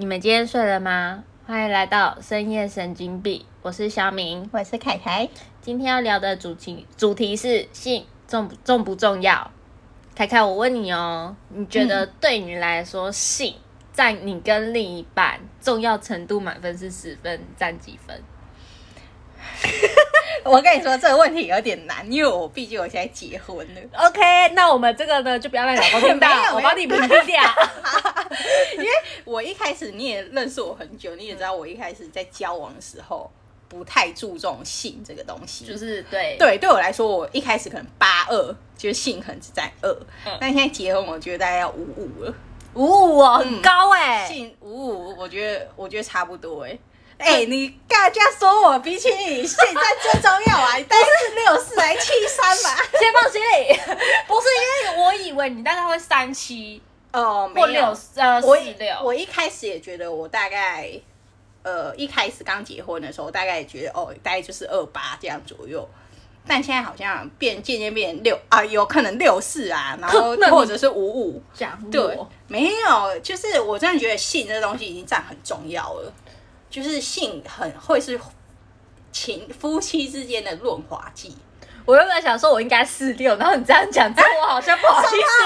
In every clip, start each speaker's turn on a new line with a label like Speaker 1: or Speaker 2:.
Speaker 1: 你们今天睡了吗？欢迎来到深夜神经病，我是小明。
Speaker 2: 我是凯凯。
Speaker 1: 今天要聊的主题主题是性重不重不重要？凯凯，我问你哦，你觉得对你来说，性在你跟另一半重要程度满分是十分，占几分？
Speaker 2: 我跟你说这个问题有点难，因为我毕竟我现在结婚了。
Speaker 1: OK，那我们这个呢，就不要让老公 听
Speaker 2: 没有没
Speaker 1: 到，
Speaker 2: 有
Speaker 1: 我帮你屏蔽掉。
Speaker 2: 我一开始你也认识我很久，你也知道我一开始在交往的时候不太注重性这个东 西，
Speaker 1: 就是对，
Speaker 2: 对，对我来说，我一开始可能八二，就是性可能只占二、
Speaker 1: 嗯
Speaker 2: 但现在结婚，我觉得大概要五五了。
Speaker 1: 五五哦，
Speaker 2: 嗯
Speaker 1: 很高哎、
Speaker 2: 性五五，我觉得我觉得差不多哎、哎、你大家说我比起你现在最重要啊！你大概是六四还七三吧？
Speaker 1: 先放心里， 不是因为我以为你大概会三七
Speaker 2: 哦，没
Speaker 1: 或
Speaker 2: 有
Speaker 1: 六呃
Speaker 2: 我
Speaker 1: 四
Speaker 2: 也
Speaker 1: 六，
Speaker 2: 我一开始也觉得我大概，呃，一开始刚结婚的时候，大概也觉得哦，大概就是二八这样左右。但现在好像变渐渐变六啊，有可能六四 啊，然后
Speaker 1: 那你
Speaker 2: 或者是五五。
Speaker 1: 讲我
Speaker 2: 对，没有，就是我真的觉得性这东西已经占很重要了，就是性很会是情夫妻之间的润滑 剂。
Speaker 1: 我原本想说我应该四六，然后你这样讲，这我好像不好意思。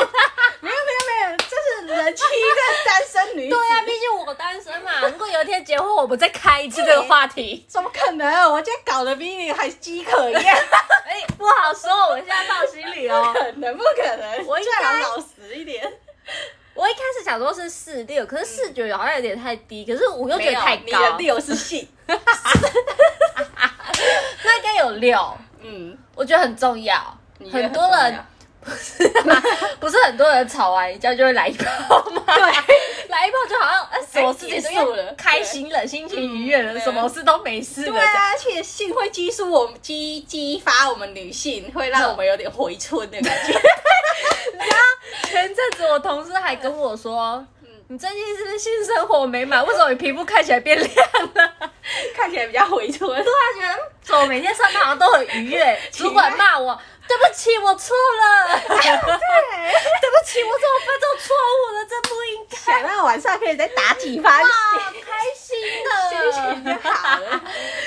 Speaker 2: 没有没有没有，这是人妻跟单身 女
Speaker 1: 对啊，毕竟我单身 嘛。如果有一天结婚，我们再开一次这个话题。
Speaker 2: 怎么可能？我今天搞得比你还饥渴一样。
Speaker 1: 哎、不好说，我现在放心里哦
Speaker 2: 不。 可能，不可能！
Speaker 1: 我应
Speaker 2: 最
Speaker 1: 该
Speaker 2: 好老实一点。
Speaker 1: 我一开始想说是四六，可是四九好像有点太低，可是五又觉得太
Speaker 2: 没有你
Speaker 1: 高
Speaker 2: 的，六是性，
Speaker 1: 那应该有六，
Speaker 2: 嗯，
Speaker 1: 我觉得很重要。
Speaker 2: 你觉得
Speaker 1: 很多人 不是很多人吵完一架就会来一炮吗？
Speaker 2: 重要对，
Speaker 1: 来一炮就好像呃什么事情
Speaker 2: 结束
Speaker 1: 都
Speaker 2: 了
Speaker 1: 开心了，心情愉悦了，
Speaker 2: 对
Speaker 1: 什么事都没事了
Speaker 2: 对。啊，而且性会激素我们激激发我们女性，会让我们有点回春的感 觉。
Speaker 1: 前阵子我同事还跟我说。你最近是不是性生活美满？为什么你皮肤看起来变亮了？
Speaker 2: 看起来比较回春。
Speaker 1: 突然觉得，嗯怎么每天上班好像都很愉 悦？主管骂我，对不起，我错了， 对不起，我怎么犯这种错误了？这不应该。
Speaker 2: 想到晚上可以再打几 发，
Speaker 1: 哇，开心
Speaker 2: 心情就
Speaker 1: 的。
Speaker 2: 好了。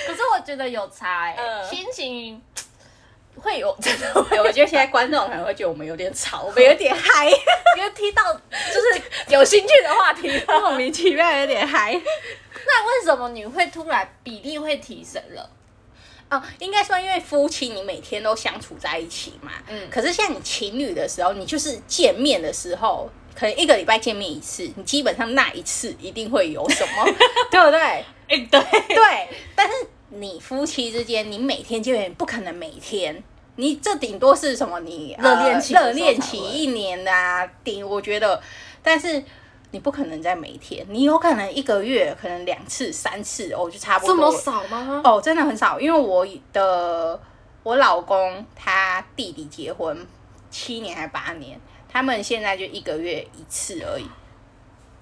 Speaker 1: 可是我觉得有差哎、
Speaker 2: 嗯
Speaker 1: 心情会有 真的会
Speaker 2: 对，我觉得现在观众可能会觉得我们有点吵，我们有点嗨，
Speaker 1: 因为听到就是有兴趣的话题了。
Speaker 2: 莫名其妙有点嗨。
Speaker 1: 那为什么你会突然比例会提升了？
Speaker 2: 哦，应该说，因为夫妻你每天都相处在一起嘛，
Speaker 1: 嗯
Speaker 2: 嗯，可是像你情侣的时候，你就是见面的时候，可能一个礼拜见面一次，你基本上那一次一定会有什 么，对不对？
Speaker 1: 哎、对，
Speaker 2: 对，但是你夫妻之间，你每天见面不可能每天，你这顶多是什么你呃
Speaker 1: 热恋期的时候
Speaker 2: 热恋
Speaker 1: 才
Speaker 2: 期
Speaker 1: 会
Speaker 2: 一年的啊，顶我觉得，但是。你不可能在每天，你有可能一个月可能两次、三次，哦，就差不多
Speaker 1: 这
Speaker 2: 了。
Speaker 1: 么少吗？
Speaker 2: 哦，真的很少，因为我的我老公他弟弟结婚七年还八年，他们现在就一个月一次而已。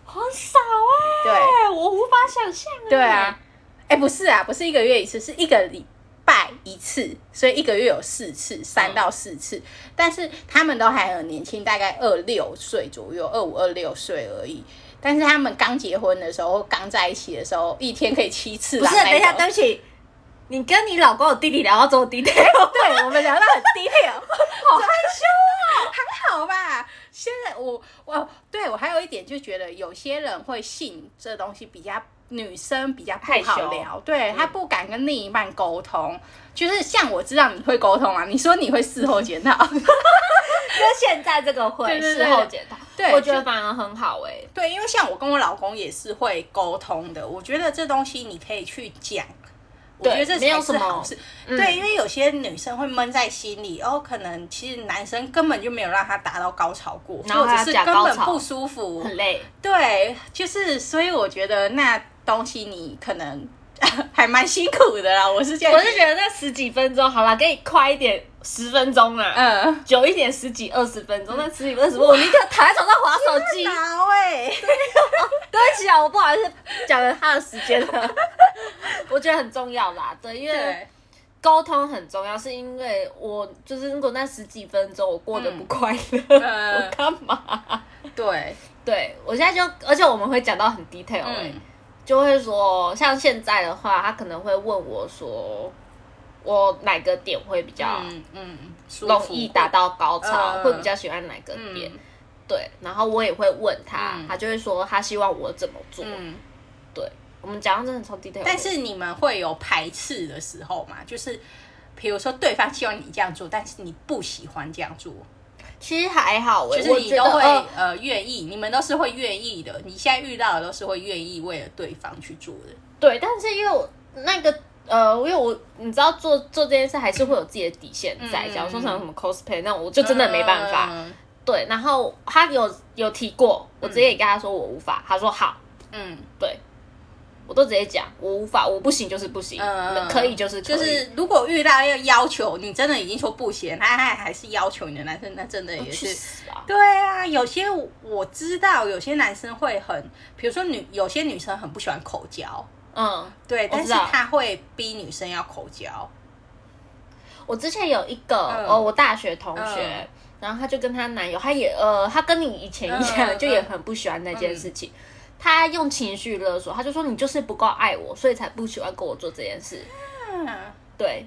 Speaker 1: 很少哎、
Speaker 2: 对，
Speaker 1: 我无法想象、哎
Speaker 2: 对啊，，哎、不是啊，不是一个月一次，是一个礼拜一次，所以一个月有四次，三到四次。但是他们都还很年轻，大概二六岁左右，二五二六岁而已。但是他们刚结婚的时候，刚在一起的时候，一天可以七次
Speaker 1: 不
Speaker 2: 啦。
Speaker 1: 是，等一下，
Speaker 2: 那种
Speaker 1: 对不起。你跟你老公有弟弟聊到这么 detail，
Speaker 2: 对，我们聊到很 detail，好 害羞哦， 还好吧。现在我我对我还有一点就觉得有些人会性这东西比较女生比较不
Speaker 1: 害羞
Speaker 2: 好聊，对她不敢跟另一半沟通。就是像我知道你会沟通啊，你说你会事后检讨，
Speaker 1: 跟现在这个会
Speaker 2: 对对
Speaker 1: 事
Speaker 2: 对
Speaker 1: 后检讨，
Speaker 2: 对
Speaker 1: 我觉得
Speaker 2: 就
Speaker 1: 反而很好哎、
Speaker 2: 对，因为像我跟我老公也是会沟通的，我觉得这东西你可以去讲。我觉
Speaker 1: 对
Speaker 2: 得这
Speaker 1: 没有
Speaker 2: 才是
Speaker 1: 什么嗯
Speaker 2: 好事，对，因为有些女生会闷在心里，哦，可能其实男生根本就没有让她达到高潮过，
Speaker 1: 然后
Speaker 2: 或者
Speaker 1: 她
Speaker 2: 是
Speaker 1: 假
Speaker 2: 根
Speaker 1: 高
Speaker 2: 本
Speaker 1: 潮
Speaker 2: 不舒服，
Speaker 1: 很累，
Speaker 2: 对，就是所以我觉得那东西你可能 还蛮辛苦的啦，我是这样，
Speaker 1: 我是觉得那十几分钟，好啦，给你快一点，十分钟啦，
Speaker 2: 嗯，
Speaker 1: 久一点，十几二十分钟，那十几二十分钟，哦我宁可躺在床上划手机。
Speaker 2: 难哎、
Speaker 1: 对不起啊，我不好意思讲了他的时间 了。我觉得很重要啦，对，因为
Speaker 2: 对，
Speaker 1: 沟通很重要，是因为我 就是如果那十几分钟我过得不快乐，
Speaker 2: 嗯
Speaker 1: 我干嘛？
Speaker 2: 对，
Speaker 1: 对我现在就，而且我们会讲到很 detail，、欸
Speaker 2: 嗯
Speaker 1: 就会说像现在的话，他可能会问我说，我哪个点会比较
Speaker 2: 嗯嗯，舒
Speaker 1: 容
Speaker 2: 服
Speaker 1: 易达到高潮，
Speaker 2: 嗯
Speaker 1: 会比较喜欢哪个点？
Speaker 2: 嗯
Speaker 1: 对，然后我也会问他，
Speaker 2: 嗯
Speaker 1: 他就会说他希望我怎么做。
Speaker 2: 嗯。
Speaker 1: 对，我们讲到真的超 detail，
Speaker 2: 但是你们会有排斥的时候嘛？就是比如说对方希望你这样做，但是你不喜欢这样做，
Speaker 1: 其实还好、欸，
Speaker 2: 就是
Speaker 1: 我
Speaker 2: 你
Speaker 1: 觉
Speaker 2: 都
Speaker 1: 得
Speaker 2: 会
Speaker 1: 呃
Speaker 2: 呃愿意，你们都是会愿意的。你现在遇到的都是会愿意为了对方去做的。
Speaker 1: 对，但是因为我那个呃，因为我你知道做做这件事还是会有自己的底线在，
Speaker 2: 嗯
Speaker 1: 假如说像什么 cosplay 那种，我就真的没办法。
Speaker 2: 嗯
Speaker 1: 对，然后他有有提过，我直接也跟他说我无法，他说好，
Speaker 2: 嗯
Speaker 1: 对，我都直接讲我无法，我不行就是不行，
Speaker 2: 嗯，
Speaker 1: 可以就是可以，
Speaker 2: 就是，如果遇到要要求，你真的已经说不行，他还还是要求你的男生，那真的也
Speaker 1: 去
Speaker 2: 是
Speaker 1: 死吧！
Speaker 2: 对啊，有些我我知道，有些男生会很，比如说女，有些女生很不喜欢口交，
Speaker 1: 嗯，
Speaker 2: 对，但
Speaker 1: 知
Speaker 2: 是
Speaker 1: 道
Speaker 2: 他会逼女生要口交，
Speaker 1: 我之前有一个、
Speaker 2: 嗯
Speaker 1: 哦，我大学同学。
Speaker 2: 嗯
Speaker 1: 然后她就跟她男友，她也呃，她跟你以前一样，
Speaker 2: 嗯嗯嗯
Speaker 1: 就也很不喜欢那件事情。她用情绪勒索，她就说你就是不够爱我，所以才不喜欢跟我做这件事。
Speaker 2: 嗯，
Speaker 1: 对，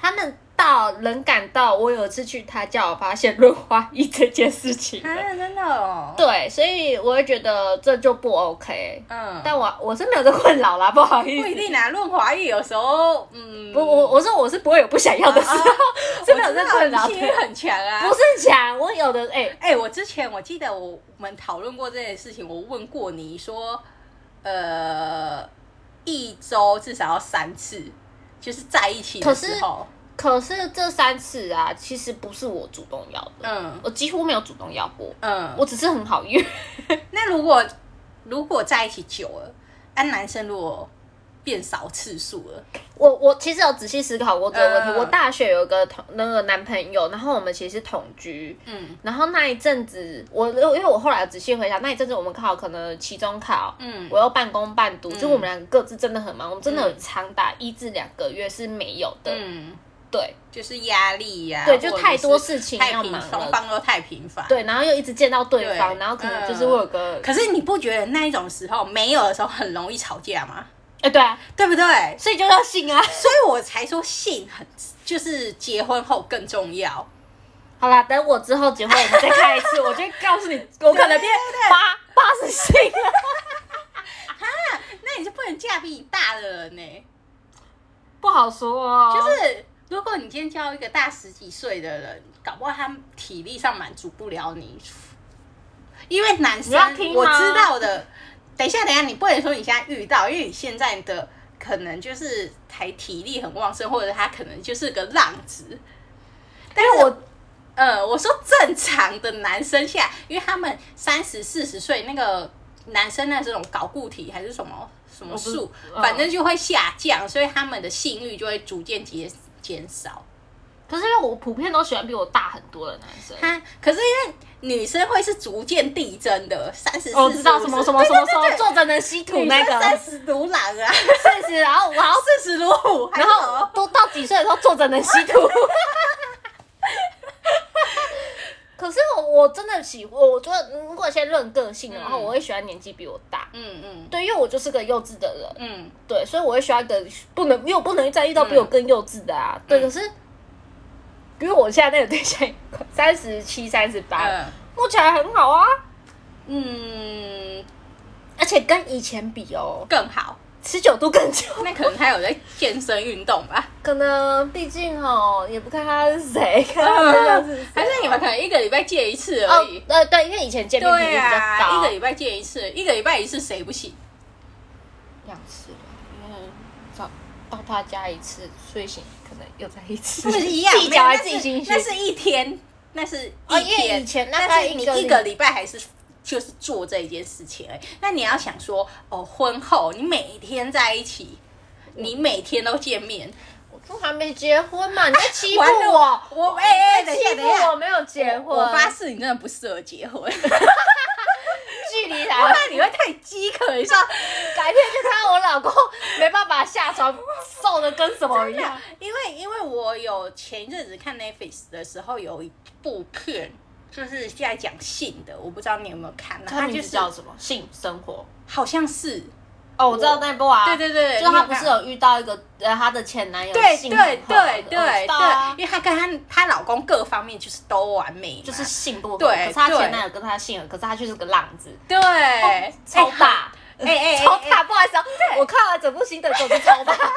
Speaker 1: 他们到能感到我有一次去她家，我发现润滑液这件事情了。
Speaker 2: 啊，真的哦，
Speaker 1: 对，所以我会觉得这就不 OK。
Speaker 2: 嗯，
Speaker 1: 但我我是没有这困扰啦，不好意
Speaker 2: 不一
Speaker 1: 思。
Speaker 2: 定啊，润滑液有时候，嗯，
Speaker 1: 不，我我说我是不会有不想要的时候， 是没有这困扰
Speaker 2: 啊
Speaker 1: 的
Speaker 2: 我知道。你心很强啊，
Speaker 1: 不是讲我有的哎、
Speaker 2: 哎、我之前我记得我们讨论过这件事情，我问过你说，呃，一周至少要三次，就是在一起的
Speaker 1: 可是
Speaker 2: 时候，
Speaker 1: 可是这三次啊，其实不是我主动要的，
Speaker 2: 嗯
Speaker 1: 我几乎没有主动要过，
Speaker 2: 嗯。
Speaker 1: 我只是很好约。
Speaker 2: 那如果如果在一起久了，啊，男生如果变少次数了，
Speaker 1: 我我其实有仔细思考过这个问题。
Speaker 2: 嗯
Speaker 1: 我大学有一个同那个男朋友，然后我们其实是同居，
Speaker 2: 嗯
Speaker 1: 然后那一阵子我因为我后来仔细回想，那一阵子我们考可能期中考。
Speaker 2: 嗯
Speaker 1: 我又半工半读，就我们两个各自真的很忙，我们真的有长达一至两个月是没有的，
Speaker 2: 嗯，
Speaker 1: 对
Speaker 2: 就是压力呀、
Speaker 1: 对，就太多
Speaker 2: 或者
Speaker 1: 事
Speaker 2: 是
Speaker 1: 情
Speaker 2: 太
Speaker 1: 要
Speaker 2: 频
Speaker 1: 忙
Speaker 2: 双
Speaker 1: 了，
Speaker 2: 方都太频繁。
Speaker 1: 对，然后又一直见到对方，
Speaker 2: 对嗯
Speaker 1: 然后可能就是会有个，哎、
Speaker 2: 可是你不觉得那一种时候没有的时候很容易吵架吗？
Speaker 1: 对啊，
Speaker 2: 对不对？
Speaker 1: 所以就要信啊。
Speaker 2: 所以我才说性很，就是结婚后更重要。
Speaker 1: 好啦，等我之后结婚，我们再看一次，我就告诉你，我可能变八八十岁了。
Speaker 2: 那你就不能嫁比你大的人呢、
Speaker 1: 不好说哦，
Speaker 2: 就是如果你今天交一个大十几岁的人，搞不好他体力上满足不了你，因为男生
Speaker 1: 你要听吗
Speaker 2: 我知道的。等一下，等一下，你不能说你现在遇到，因为你现在的可能就是还体力很旺盛，或者他可能就是个浪子。但
Speaker 1: 因为我
Speaker 2: 呃，我说正常的男生下来，因为他们三十四十岁那个男生那这种睾固体还是什么什么
Speaker 1: 我
Speaker 2: 素
Speaker 1: 不，嗯
Speaker 2: 反正就会下降，所以他们的性欲就会逐渐减减少。
Speaker 1: 可是因为我普遍都喜欢比我大很多的男生。
Speaker 2: 他可是因为女生会是逐渐递增的，三十四
Speaker 1: 哦我知道什么什么什么什么坐着能吸土那
Speaker 2: 三
Speaker 1: 个，
Speaker 2: 十独狼啊，
Speaker 1: 四十，然后然后
Speaker 2: 四十如虎，还
Speaker 1: 然
Speaker 2: 哦有
Speaker 1: 后都到几岁的时候坐着能吸土。 可是我我真的喜，我我觉得如果先论个性的话，
Speaker 2: 嗯
Speaker 1: 我会喜欢年纪比我大。
Speaker 2: 嗯嗯
Speaker 1: 对，因为我就是个幼稚的人，
Speaker 2: 嗯，
Speaker 1: 对，所以我会需要一个不能，因为我不能再遇到比我更幼稚的啊。
Speaker 2: 嗯
Speaker 1: 对，可是因为我现在那个对象三十七、三十八，
Speaker 2: 嗯
Speaker 1: 目前还很好啊，
Speaker 2: 嗯，
Speaker 1: 而且跟以前比哦，
Speaker 2: 更好。
Speaker 1: 持久度更久。
Speaker 2: 那可能他有在健身运动吧。
Speaker 1: 可能毕竟哦，也不看他 是 谁，看他是谁
Speaker 2: 嗯还是你们可能一个礼拜见一次而
Speaker 1: 哦
Speaker 2: 已。，
Speaker 1: 呃，对，因为以前见面频率
Speaker 2: 对
Speaker 1: 比较
Speaker 2: 啊，一
Speaker 1: 高
Speaker 2: 个，礼拜见一次，一个礼拜一次谁不行？
Speaker 1: 两次了，因
Speaker 2: 嗯
Speaker 1: 为到到他家一次，睡醒可能又在一次，
Speaker 2: 不是一样，
Speaker 1: 自己
Speaker 2: 没有
Speaker 1: 讲还
Speaker 2: 那
Speaker 1: 自己
Speaker 2: 是
Speaker 1: 心虚
Speaker 2: 那。是一天，那是
Speaker 1: 哦
Speaker 2: 一
Speaker 1: 因为
Speaker 2: 天。
Speaker 1: 以前那
Speaker 2: 但
Speaker 1: 大概
Speaker 2: 是
Speaker 1: 一
Speaker 2: 你
Speaker 1: 个
Speaker 2: 一个礼拜还是就是做这一件事情而已。那你要想说，哦，婚后你每天在一起，你每天都见面，
Speaker 1: 我就还没结婚 嘛，你在欺负
Speaker 2: 完了
Speaker 1: 我。
Speaker 2: 我哎哎，等一下
Speaker 1: 欺
Speaker 2: 等
Speaker 1: 负
Speaker 2: 一下
Speaker 1: 我，没有结婚，
Speaker 2: 我发誓你真的不适合结婚，
Speaker 1: 距离
Speaker 2: 不
Speaker 1: 来
Speaker 2: 然
Speaker 1: 了，
Speaker 2: 你会太饥渴一下。
Speaker 1: 改天就看到我老公没办法下床，瘦的跟什么一 样。
Speaker 2: 因为因为我有前一阵子看 Netflix 的时候有一部片就是现在讲性的，我不知道你有没有看，
Speaker 1: 他
Speaker 2: 他
Speaker 1: 名
Speaker 2: 就
Speaker 1: 字
Speaker 2: 是
Speaker 1: 叫什么？性生活。
Speaker 2: 好像是，
Speaker 1: 哦，我知道那部啊，
Speaker 2: 对对对，
Speaker 1: 就
Speaker 2: 你有
Speaker 1: 她不
Speaker 2: 看
Speaker 1: 是有遇到一个呃她的前男友
Speaker 2: 对
Speaker 1: 性
Speaker 2: 对
Speaker 1: 很好的，
Speaker 2: 对对
Speaker 1: 我知道啊
Speaker 2: 对，因为她跟她她老公各方面就是都完美嘛，
Speaker 1: 就是性不合
Speaker 2: 对
Speaker 1: 可是她
Speaker 2: 对
Speaker 1: 前男友跟她性合，可是她却是个浪子，
Speaker 2: 对、
Speaker 1: 超 大，
Speaker 2: 哎哎哎
Speaker 1: 超大，不好意思哦，我看完整部新的都是超大，哎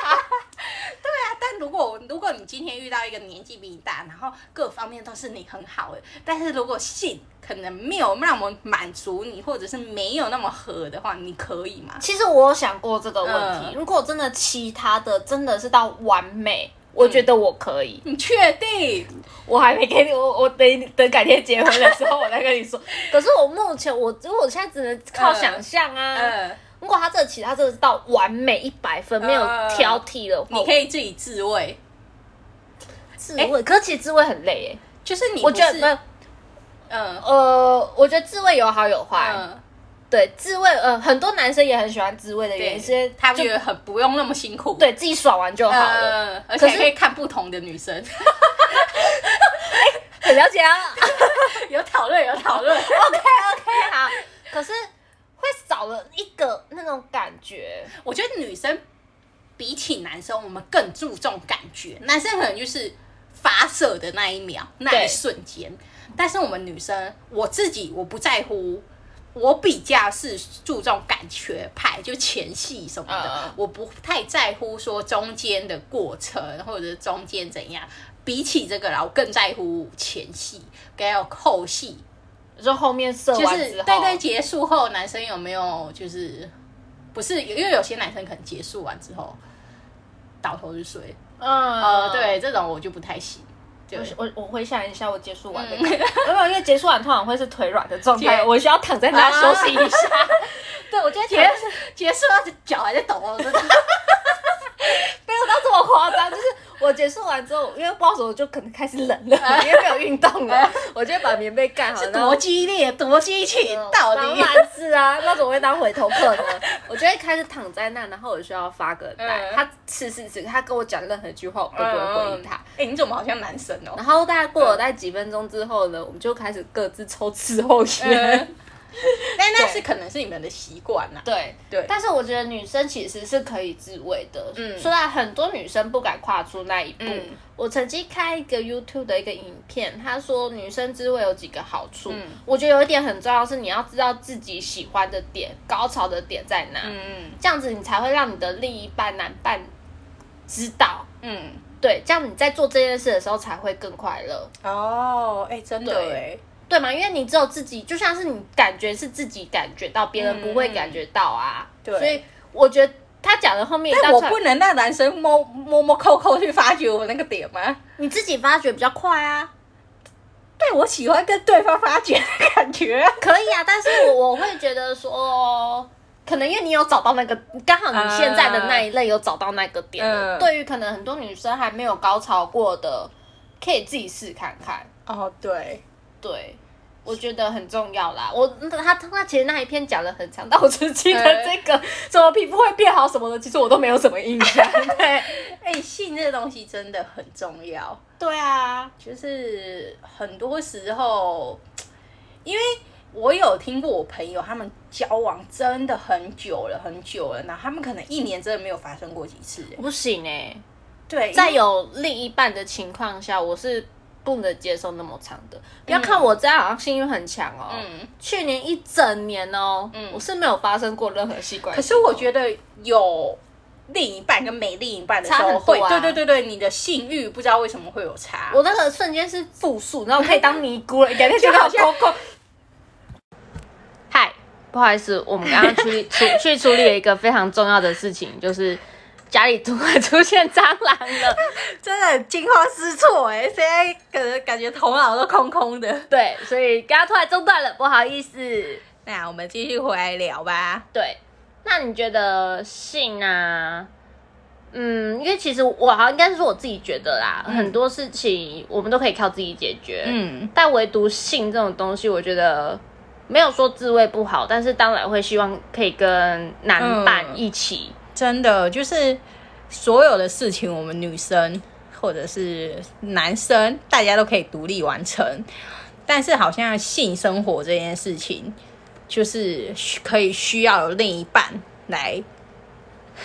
Speaker 2: 但如果如果你今天遇到一个年纪比你大，然后各方面都是你很好的，但是如果性可能没有让我满足你，或者是没有那么合的话，你可以吗？
Speaker 1: 其实我有想过这个问题，
Speaker 2: 嗯
Speaker 1: 如果真的其他的真的是到完美，我觉得我可以，
Speaker 2: 你确定？
Speaker 1: 我还没给你，我我等你等改天结婚的时候我再跟你 说。可是我目前我因为我现在只能靠想象啊，
Speaker 2: 嗯、
Speaker 1: 如果他这个其他这个是到完美一百分，没有
Speaker 2: 嗯
Speaker 1: 挑剔的话，
Speaker 2: 你可以自己自慰，
Speaker 1: 自慰，可是其实自慰很累诶、
Speaker 2: 就是你
Speaker 1: 我
Speaker 2: 不
Speaker 1: 觉
Speaker 2: 是
Speaker 1: 得没
Speaker 2: 嗯
Speaker 1: 有呃，我觉得自慰有好有坏，
Speaker 2: 嗯，
Speaker 1: 对自慰呃，很多男生也很喜欢自慰的原因是因为
Speaker 2: 对，他们
Speaker 1: 就
Speaker 2: 觉得很不用那么辛苦，
Speaker 1: 对自己爽完就好了。
Speaker 2: 嗯，而
Speaker 1: 可
Speaker 2: 且
Speaker 1: 是
Speaker 2: 可以看不同的女生，
Speaker 1: 很了解啊
Speaker 2: 有讨论有讨论，
Speaker 1: ，OK OK 好，啊可是会少了一个那种感觉，
Speaker 2: 我觉得女生比起男生，我们更注重感觉，男生可能就是发射的那一秒、那一瞬间，但是我们女生，我自己我不在乎。我比较是注重感觉派，就前戏什么的，
Speaker 1: 嗯
Speaker 2: 我不太在乎说中间的过程或者中间怎样。比起这个啦，我更在乎前戏，还有后戏，
Speaker 1: 就后面射
Speaker 2: 就
Speaker 1: 完
Speaker 2: 是
Speaker 1: 之后，
Speaker 2: 对对，结束后男生有没有就是不是？因为有些男生可能结束完之后倒头就睡，
Speaker 1: 嗯
Speaker 2: 呃，，对，这种我就不太行。对
Speaker 1: 我，我我回想一下我结束完的
Speaker 2: 嗯
Speaker 1: 感觉，没有，因为结束完通常会是腿软的状 态，
Speaker 2: 对
Speaker 1: 我需要躺在
Speaker 2: 啊
Speaker 1: 那休 息一下。对，我觉得
Speaker 2: 结
Speaker 1: 没有
Speaker 2: 结束了脚还在抖，我真的
Speaker 1: 到这么夸张，就是我结束完之后，因为不知道什么就可能开始冷了， 因为没有运动了，我就会把棉被盖好，
Speaker 2: 哎是
Speaker 1: 然后
Speaker 2: 多激烈，多激情， 到
Speaker 1: 当
Speaker 2: 底
Speaker 1: 然是啊，那怎么会当回头 客呢？我就会开始躺在那，然后我需要发个呆。
Speaker 2: 嗯
Speaker 1: 他此时此刻他跟我讲任何一句话，我都不会回应他。
Speaker 2: 哎、你怎么好像男生哦？
Speaker 1: 然后大概过了大概几分钟之后呢，我们就开始各自抽事后 烟。
Speaker 2: 但嗯那是可能是你们的习惯啊啦。
Speaker 1: 嗯对
Speaker 2: 对
Speaker 1: 但是我觉得女生其实是可以自慰的，
Speaker 2: 嗯
Speaker 1: 虽然很多女生不敢跨出那一步。
Speaker 2: 嗯
Speaker 1: 我曾经看一个 YouTube 的一个影片，他说女生自慰有几个好处，
Speaker 2: 嗯
Speaker 1: 我觉得有一点很重要是你要知道自己喜欢的点、高潮的点在哪，
Speaker 2: 嗯
Speaker 1: 这样子你才会让你的另一半、男伴知道。
Speaker 2: 嗯，
Speaker 1: 对，这样你在做这件事的时候才会更快乐，
Speaker 2: 哦，哎、真的
Speaker 1: 对
Speaker 2: 哎，
Speaker 1: 对吗？因为你只有自己，就像是你感觉是自己感觉到，别人不会感觉到啊。
Speaker 2: 嗯对
Speaker 1: 所以我觉得他讲的后面一大
Speaker 2: 但我
Speaker 1: 串
Speaker 2: 不，能让男生摸摸摸扣扣去发掘我那个点吗？
Speaker 1: 你自己发觉比较快啊。
Speaker 2: 但我喜欢跟对方发觉的感觉。
Speaker 1: 可以啊，但是我我会觉得说，哦可能因为你有找到那个，刚好你现在的那一类有找到那个点了。
Speaker 2: 嗯
Speaker 1: 对于可能很多女生还没有高潮过的，可以自己试看看。
Speaker 2: 哦，对，
Speaker 1: 对，我觉得很重要啦。我他他其实那一篇讲的很长，但我只记得这个、什么皮肤会变好什么的，其实我都没有什么印象。对，
Speaker 2: 哎、性这东西真的很重要，
Speaker 1: 对啊，
Speaker 2: 就是很多时候，因为我有听过我朋友他们交往真的很久了，很久了，然后他们可能一年真的没有发生过几次。哎
Speaker 1: 不行哎、
Speaker 2: 对，
Speaker 1: 在
Speaker 2: 因为
Speaker 1: 有另一半的情况下，我是不能接受那么长的。不要看我这样好像性欲很强哦，
Speaker 2: 嗯，
Speaker 1: 去年一整年哦，
Speaker 2: 嗯
Speaker 1: 我是没有发生过任何性关系。
Speaker 2: 可是我觉得有另一半跟没另一半的时
Speaker 1: 差
Speaker 2: 候
Speaker 1: 很多
Speaker 2: 会，
Speaker 1: 啊
Speaker 2: 对对对对，你的性欲不知道为什么会有差。
Speaker 1: 我那个瞬间是负数，然后我可以当尼姑了，感觉觉得好抠抠。嗨，
Speaker 3: 不好意思，我们刚刚处理处去处理了一个非常重要的事情，就是家里突然出现蟑螂了。
Speaker 2: 真的很惊慌失措哎、现在可能感觉头脑都空空的。
Speaker 3: 对，所以刚刚突然中断了，不好意思。
Speaker 2: 那我们继续回来聊吧。
Speaker 3: 对，那你觉得性啊？嗯，因为其实我好像应该是说我自己觉得啦，很多事情我们都可以靠自己解决，
Speaker 2: 嗯
Speaker 3: 但唯独性这种东西，我觉得没有说滋味不好，但是当然会希望可以跟男伴
Speaker 2: 嗯
Speaker 3: 一起。
Speaker 2: 真的就是所有的事情，我们女生或者是男生，大家都可以独立完成。但是好像性生活这件事情，就是需可以需要有另一半来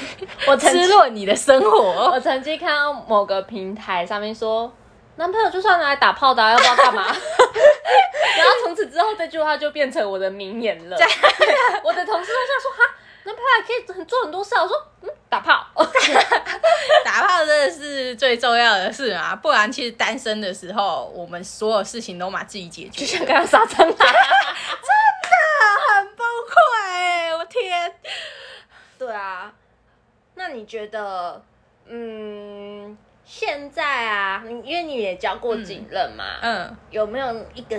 Speaker 1: 我曾
Speaker 2: 吃落你的生活。
Speaker 1: 我曾经看到某个平台上面说，男朋友就是要拿来打炮的啊、要不知道干嘛。然后从此之后，这句话就变成我的名言了。我的同事都在说哈，男朋友还可以很做很多事啊。我说嗯，打炮。
Speaker 2: 打炮真的是最重要的事啊，不然其实单身的时候，我们所有事情都把自己解 决
Speaker 1: 就，像刚刚杀蟑螂。
Speaker 2: 啊很崩溃欸、我天，
Speaker 1: 对啊，那你觉得，嗯，现在啊，你因为你也教过几任嘛，啊
Speaker 2: 嗯，
Speaker 1: 有没有一个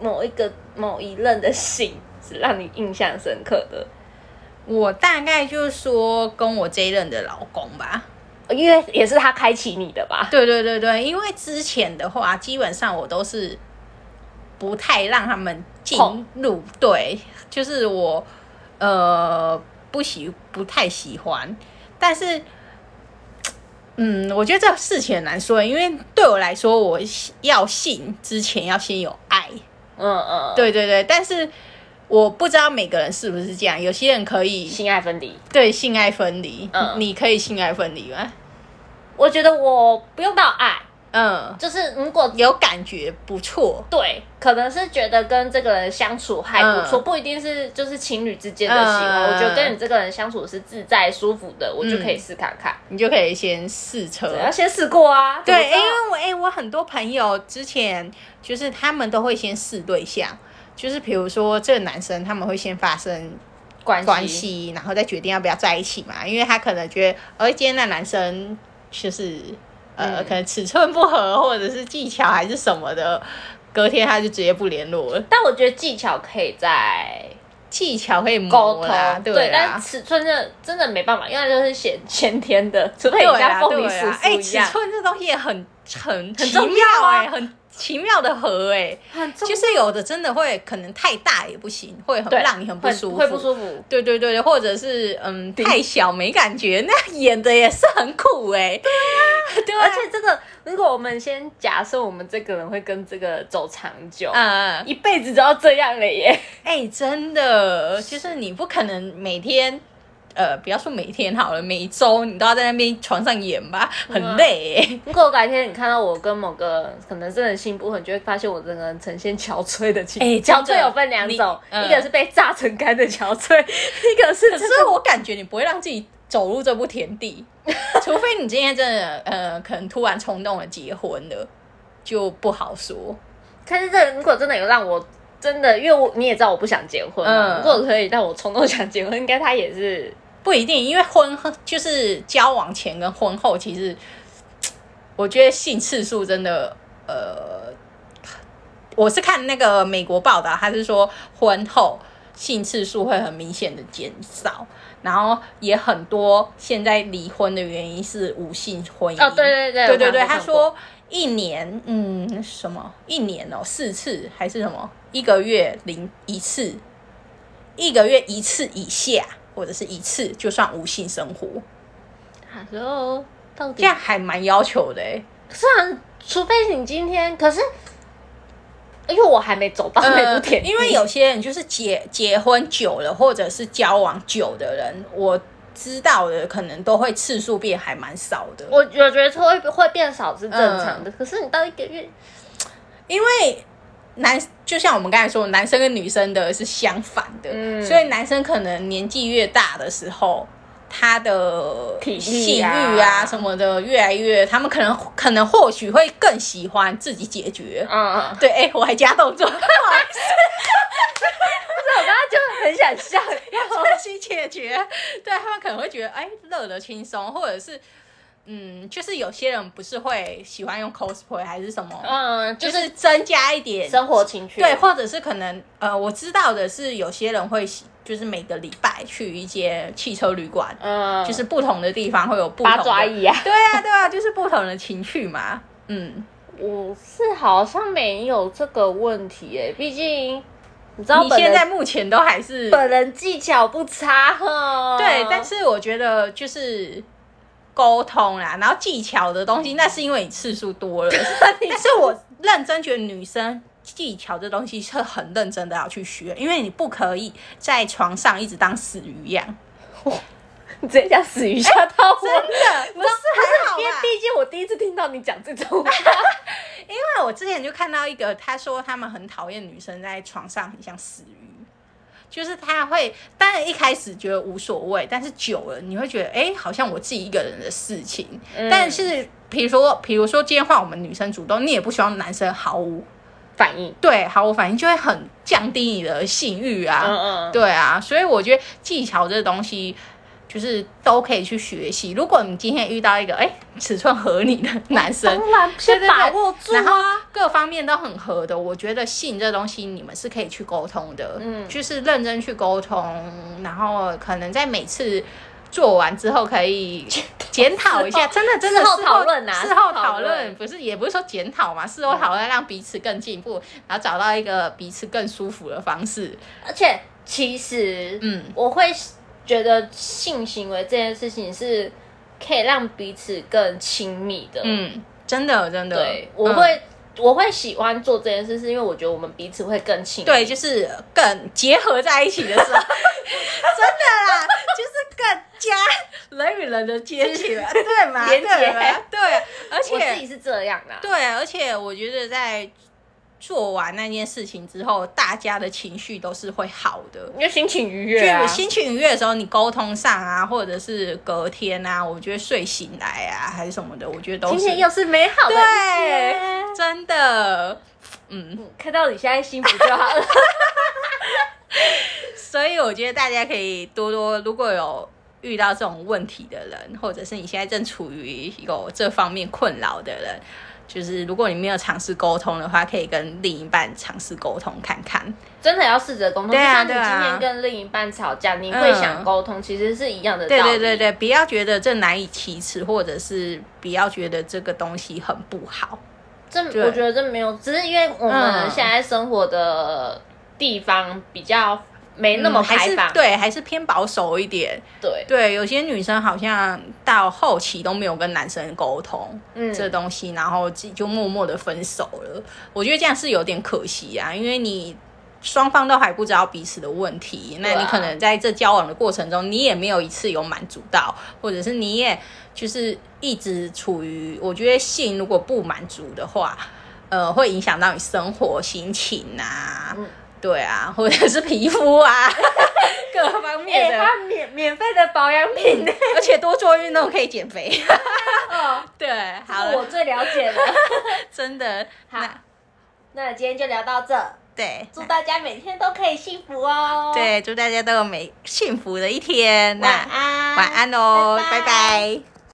Speaker 1: 某一个某一任的信是让你印象深刻的？
Speaker 2: 我大概就是说跟我这一任的老公吧。
Speaker 1: 哦因为也是他开启你的吧？
Speaker 2: 对对对对，因为之前的话，基本上我都是不太让他们进
Speaker 1: 碰
Speaker 2: 入，对，就是我呃不喜不太喜欢，但是。嗯，我觉得这事情很难说，因为对我来说，我要性之前要先有爱，
Speaker 1: 嗯嗯，，
Speaker 2: 对对对。但是我不知道每个人是不是这样，有些人可以
Speaker 1: 性爱分离。
Speaker 2: 对性爱分离，
Speaker 1: 嗯
Speaker 2: 你可以性爱分离吗？
Speaker 1: 我觉得我不用到爱，
Speaker 2: 嗯，
Speaker 1: 就是如果
Speaker 2: 有感觉不错，
Speaker 1: 对，可能是觉得跟这个人相处还不错，
Speaker 2: 嗯
Speaker 1: 不一定是就是情侣之间的行为。
Speaker 2: 嗯
Speaker 1: 我觉得跟你这个人相处是自在舒服的，我就可以试看看。
Speaker 2: 你就可以先试车
Speaker 1: 对，。要先试过啊。
Speaker 2: 对，因
Speaker 1: 因为
Speaker 2: 为我哎、我很多朋友之前就是他们都会先试对象，就是比如说这个男生他们会先发生
Speaker 1: 关
Speaker 2: 关系，然后再决定要不要在一起嘛，因为他可能觉得，哦，今天那男生就是呃，
Speaker 1: 嗯
Speaker 2: 可能尺寸不合，或者是技巧还是什么的，隔天他就直接不联络了。
Speaker 1: 但我觉得技巧可以在
Speaker 2: 技巧可以
Speaker 1: 沟
Speaker 2: 磨
Speaker 1: 通
Speaker 2: 啦，，啊
Speaker 1: 对，
Speaker 2: 啦
Speaker 1: 但尺寸真的真的没办法，因为就是先先天的，除非你
Speaker 2: 对啦
Speaker 1: 像凤梨
Speaker 2: 对
Speaker 1: 叔
Speaker 2: 啦
Speaker 1: 叔
Speaker 2: 哎，
Speaker 1: 一样
Speaker 2: 尺，寸这东西也很很奇
Speaker 1: 重
Speaker 2: 妙
Speaker 1: 要啊
Speaker 2: 哎、很奇妙的合哎、
Speaker 1: 很重
Speaker 2: 就是有的真的会可能太大也不行，会很
Speaker 1: 对
Speaker 2: 让你很不舒服，
Speaker 1: 会不舒服。
Speaker 2: 对对对对，或者是 嗯太小没感觉，那演的也是很苦哎、对啊，
Speaker 1: 而且这个，如果我们先假设我们这个人会跟这个走长久，
Speaker 2: 嗯，
Speaker 1: 一辈子都要这样了耶。
Speaker 2: 哎、真的就是你不可能每天。呃，不要说每天好了，每周你都要在那边床上演吧，很
Speaker 1: 嗯啊
Speaker 2: 累、欸。
Speaker 1: 如果改天你看到我跟某个可能真的性不合，你就会发现我整个人呈现憔悴的情
Speaker 2: 哎
Speaker 1: 况。
Speaker 2: 真
Speaker 1: 憔
Speaker 2: 的
Speaker 1: 悴有分两
Speaker 2: 你
Speaker 1: 种，
Speaker 2: 嗯
Speaker 1: 一个是被榨成干的憔悴， 一个是
Speaker 2: 可
Speaker 1: 真
Speaker 2: 是
Speaker 1: 的
Speaker 2: 我感觉你不会让自己走入这步 田地，除非你今天真的呃，可能突然冲动了结婚了，就不好说。
Speaker 1: 但是这如果真的有让我真的，因为我你也知道我不想结婚嘛，
Speaker 2: 嗯
Speaker 1: 如果可以让我冲动想结婚，应该他也是
Speaker 2: 不一定，因为婚后就是交往前跟婚后，其实呃我觉得性次数真的呃，我是看那个美国报道，他是说婚后性次数会很明显的减少，然后也很多现在离婚的原因是无性婚姻。
Speaker 1: 哦对对对
Speaker 2: 对对
Speaker 1: 我看
Speaker 2: 对，
Speaker 1: 过
Speaker 2: 他说一年，嗯，什么一年哦，四次还是什么？一个月零一次，一个月一次以下，或者是一次就算无性生活，
Speaker 1: 他说到
Speaker 2: 这
Speaker 1: 底
Speaker 2: 样还蛮要求的哎、
Speaker 1: 虽然除非你今天，可是因为我还没走到那步田地、
Speaker 2: 呃嗯因为 有些人就是结结婚久了，或者是交往久的人，我知道的可能都会次数变还蛮少的。
Speaker 1: 我我觉得会会变少是正常
Speaker 2: 嗯
Speaker 1: 的，可是你到一个月，
Speaker 2: 因为男就像我们刚才说，男生跟女生的是相反的，
Speaker 1: 嗯
Speaker 2: 所以男生可能年纪越大的时候，他的
Speaker 1: 体
Speaker 2: 性
Speaker 1: 力啊
Speaker 2: 欲啊什么的越来越，他们可能可能或许会更喜欢自己解决。
Speaker 1: 嗯，嗯
Speaker 2: 对，哎、我还加动作，
Speaker 1: 我刚刚就很想笑，
Speaker 2: 自己解决。对他们可能会觉得，哎、乐得轻松，或者是，嗯，就是有些人不是会喜欢用 cosplay 还是什么，
Speaker 1: 嗯，就
Speaker 2: 就是是增加一点
Speaker 1: 生活情趣，
Speaker 2: 对，或者是可能呃，我知道的是，有些人会喜就是每个礼拜去一些汽车旅馆，
Speaker 1: 嗯，
Speaker 2: 就是不同的地方会有不同
Speaker 1: 八
Speaker 2: 的。
Speaker 1: 爪椅啊，
Speaker 2: 对啊，对啊，就是不同的情趣嘛。嗯，
Speaker 1: 我是好像没有这个问题耶，毕竟你知道
Speaker 2: 你
Speaker 1: 本
Speaker 2: 现
Speaker 1: 人
Speaker 2: 在目前都还是
Speaker 1: 本人啊技巧不差哈。
Speaker 2: 对，但是我觉得就是 沟通啦，然后技巧的东西，那是因为你次数多了。但是我认真觉得女生技巧这东西是很认真的要去学，因为你不可以在床上一直当死鱼一样。
Speaker 4: 你直接讲死鱼吓到我，
Speaker 1: 哎
Speaker 2: 真的
Speaker 4: 不
Speaker 2: 不是还好啊
Speaker 1: 啊
Speaker 4: 因为
Speaker 2: 啦，
Speaker 4: 毕竟我第一次听到你讲这 种话，
Speaker 2: 因为我之前就看到一个，他说他们很讨厌女生在床上很像死鱼。就是他会，当然一开始觉得无所谓，但是久了你会觉得，哎、好像我自己一个人的事情。但是比如说，比如说今天换我们女生主动，你也不希望男生毫无
Speaker 1: 反应，
Speaker 2: 对毫无反应，就会很降低你的性欲啊。
Speaker 1: 嗯嗯，
Speaker 2: 对啊，所以我觉得技巧这东西就是都可以去学习。如果你今天遇到一个哎尺寸合你的男生，
Speaker 4: 当然
Speaker 2: 对对
Speaker 4: 先
Speaker 2: 对
Speaker 4: 把握住
Speaker 2: 然后
Speaker 4: 啊。
Speaker 2: 各方面都很合的，我觉得性这东西你们是可以去沟通的，嗯，就是认真去沟通，然后可能在每次。做完之后可以检讨一下， 真的真的
Speaker 4: 事后
Speaker 2: 事
Speaker 4: 讨论啊
Speaker 2: 事后
Speaker 4: 事后讨
Speaker 2: 讨论
Speaker 4: 论
Speaker 2: 不是也不是说检讨嘛，事后讨论让彼此更进步，然后找到一个彼此更舒服的方式，
Speaker 1: 而且其实，
Speaker 2: 嗯，
Speaker 1: 我会觉得性行为这件事情是可以让彼此更亲密的。，
Speaker 2: 嗯，真的真的，
Speaker 1: 对，我
Speaker 2: 嗯
Speaker 1: 会、我会喜欢做这件事，是因为我觉得我们彼此会更亲密。
Speaker 2: 对，就是更结合在一起的时候， 真的啦，就是更加人与人的接起了，对嘛？
Speaker 1: 连接
Speaker 2: 对嘛对，啊而
Speaker 1: 我自
Speaker 2: 且
Speaker 1: 己是这样啊啦、
Speaker 2: 对，啊而且我觉得在做完那件事情之后，大家的情绪都是会好的。
Speaker 1: 因为心情愉
Speaker 2: 就
Speaker 1: 悦啊。
Speaker 2: 心情愉悦的时候，你沟通上啊，或者是隔天啊，我觉得睡醒来啊，还是什么的，我觉得都
Speaker 1: 今
Speaker 2: 是
Speaker 1: 天又是美好的一天。
Speaker 2: 对，真的，嗯。
Speaker 1: 看到你现在幸福就好 了。
Speaker 2: 所以我觉得大家可以多多，如果有遇到这种问题的人，或者是你现在正处于有这方面困扰的人，就是如果你没有尝试沟通的话，可以跟另一半尝试沟通看看。
Speaker 1: 真的要试着沟通，
Speaker 2: 对啊
Speaker 1: 就
Speaker 2: 对
Speaker 1: 像你今
Speaker 2: 啊
Speaker 1: 天跟另一半吵架，你
Speaker 2: 嗯
Speaker 1: 会想沟通，其实是一样的道
Speaker 2: 对
Speaker 1: 理。
Speaker 2: 对对对，不要觉得这难以启齿，或者是不要觉得这个东西很不好。
Speaker 1: 这
Speaker 2: 对
Speaker 1: 我觉得这没有，只是因为我
Speaker 2: 嗯
Speaker 1: 们现在生活的地方比较没那么
Speaker 2: 嗯还
Speaker 1: 开
Speaker 2: 是
Speaker 1: 放，
Speaker 2: 对，还是偏保守一点。
Speaker 1: 对，
Speaker 2: 对，有些女生好像到后期都没有跟男生沟通，
Speaker 1: 嗯
Speaker 2: 这东西，然后自己就默默的分手了。我觉得这样是有点可惜啊，因为你双方都还不知道彼此的问题，那
Speaker 1: 对啊
Speaker 2: 你可能在这交往的过程中，你也没有一次有满足到，或者是你也就是一直处于，我觉得性如果不满足的话，呃，会影响到你生活、心情啊。
Speaker 1: 嗯
Speaker 2: 对啊，或者是皮肤啊， 各方面
Speaker 1: 哎、
Speaker 2: 的。
Speaker 1: 它免免费的保养品呢、
Speaker 2: 而且多做运动可以减肥。 对，嗯好
Speaker 1: 我
Speaker 2: 了，
Speaker 1: 最了解了。
Speaker 2: 真的，
Speaker 1: 好
Speaker 2: 那
Speaker 1: 那今天就聊到这，
Speaker 2: 对，
Speaker 1: 祝大家每天都可以幸福哦。
Speaker 2: 那，对，祝大家都有美幸福的一天。那
Speaker 1: 晚安，
Speaker 2: 晚安哦，
Speaker 1: 拜拜
Speaker 2: 拜拜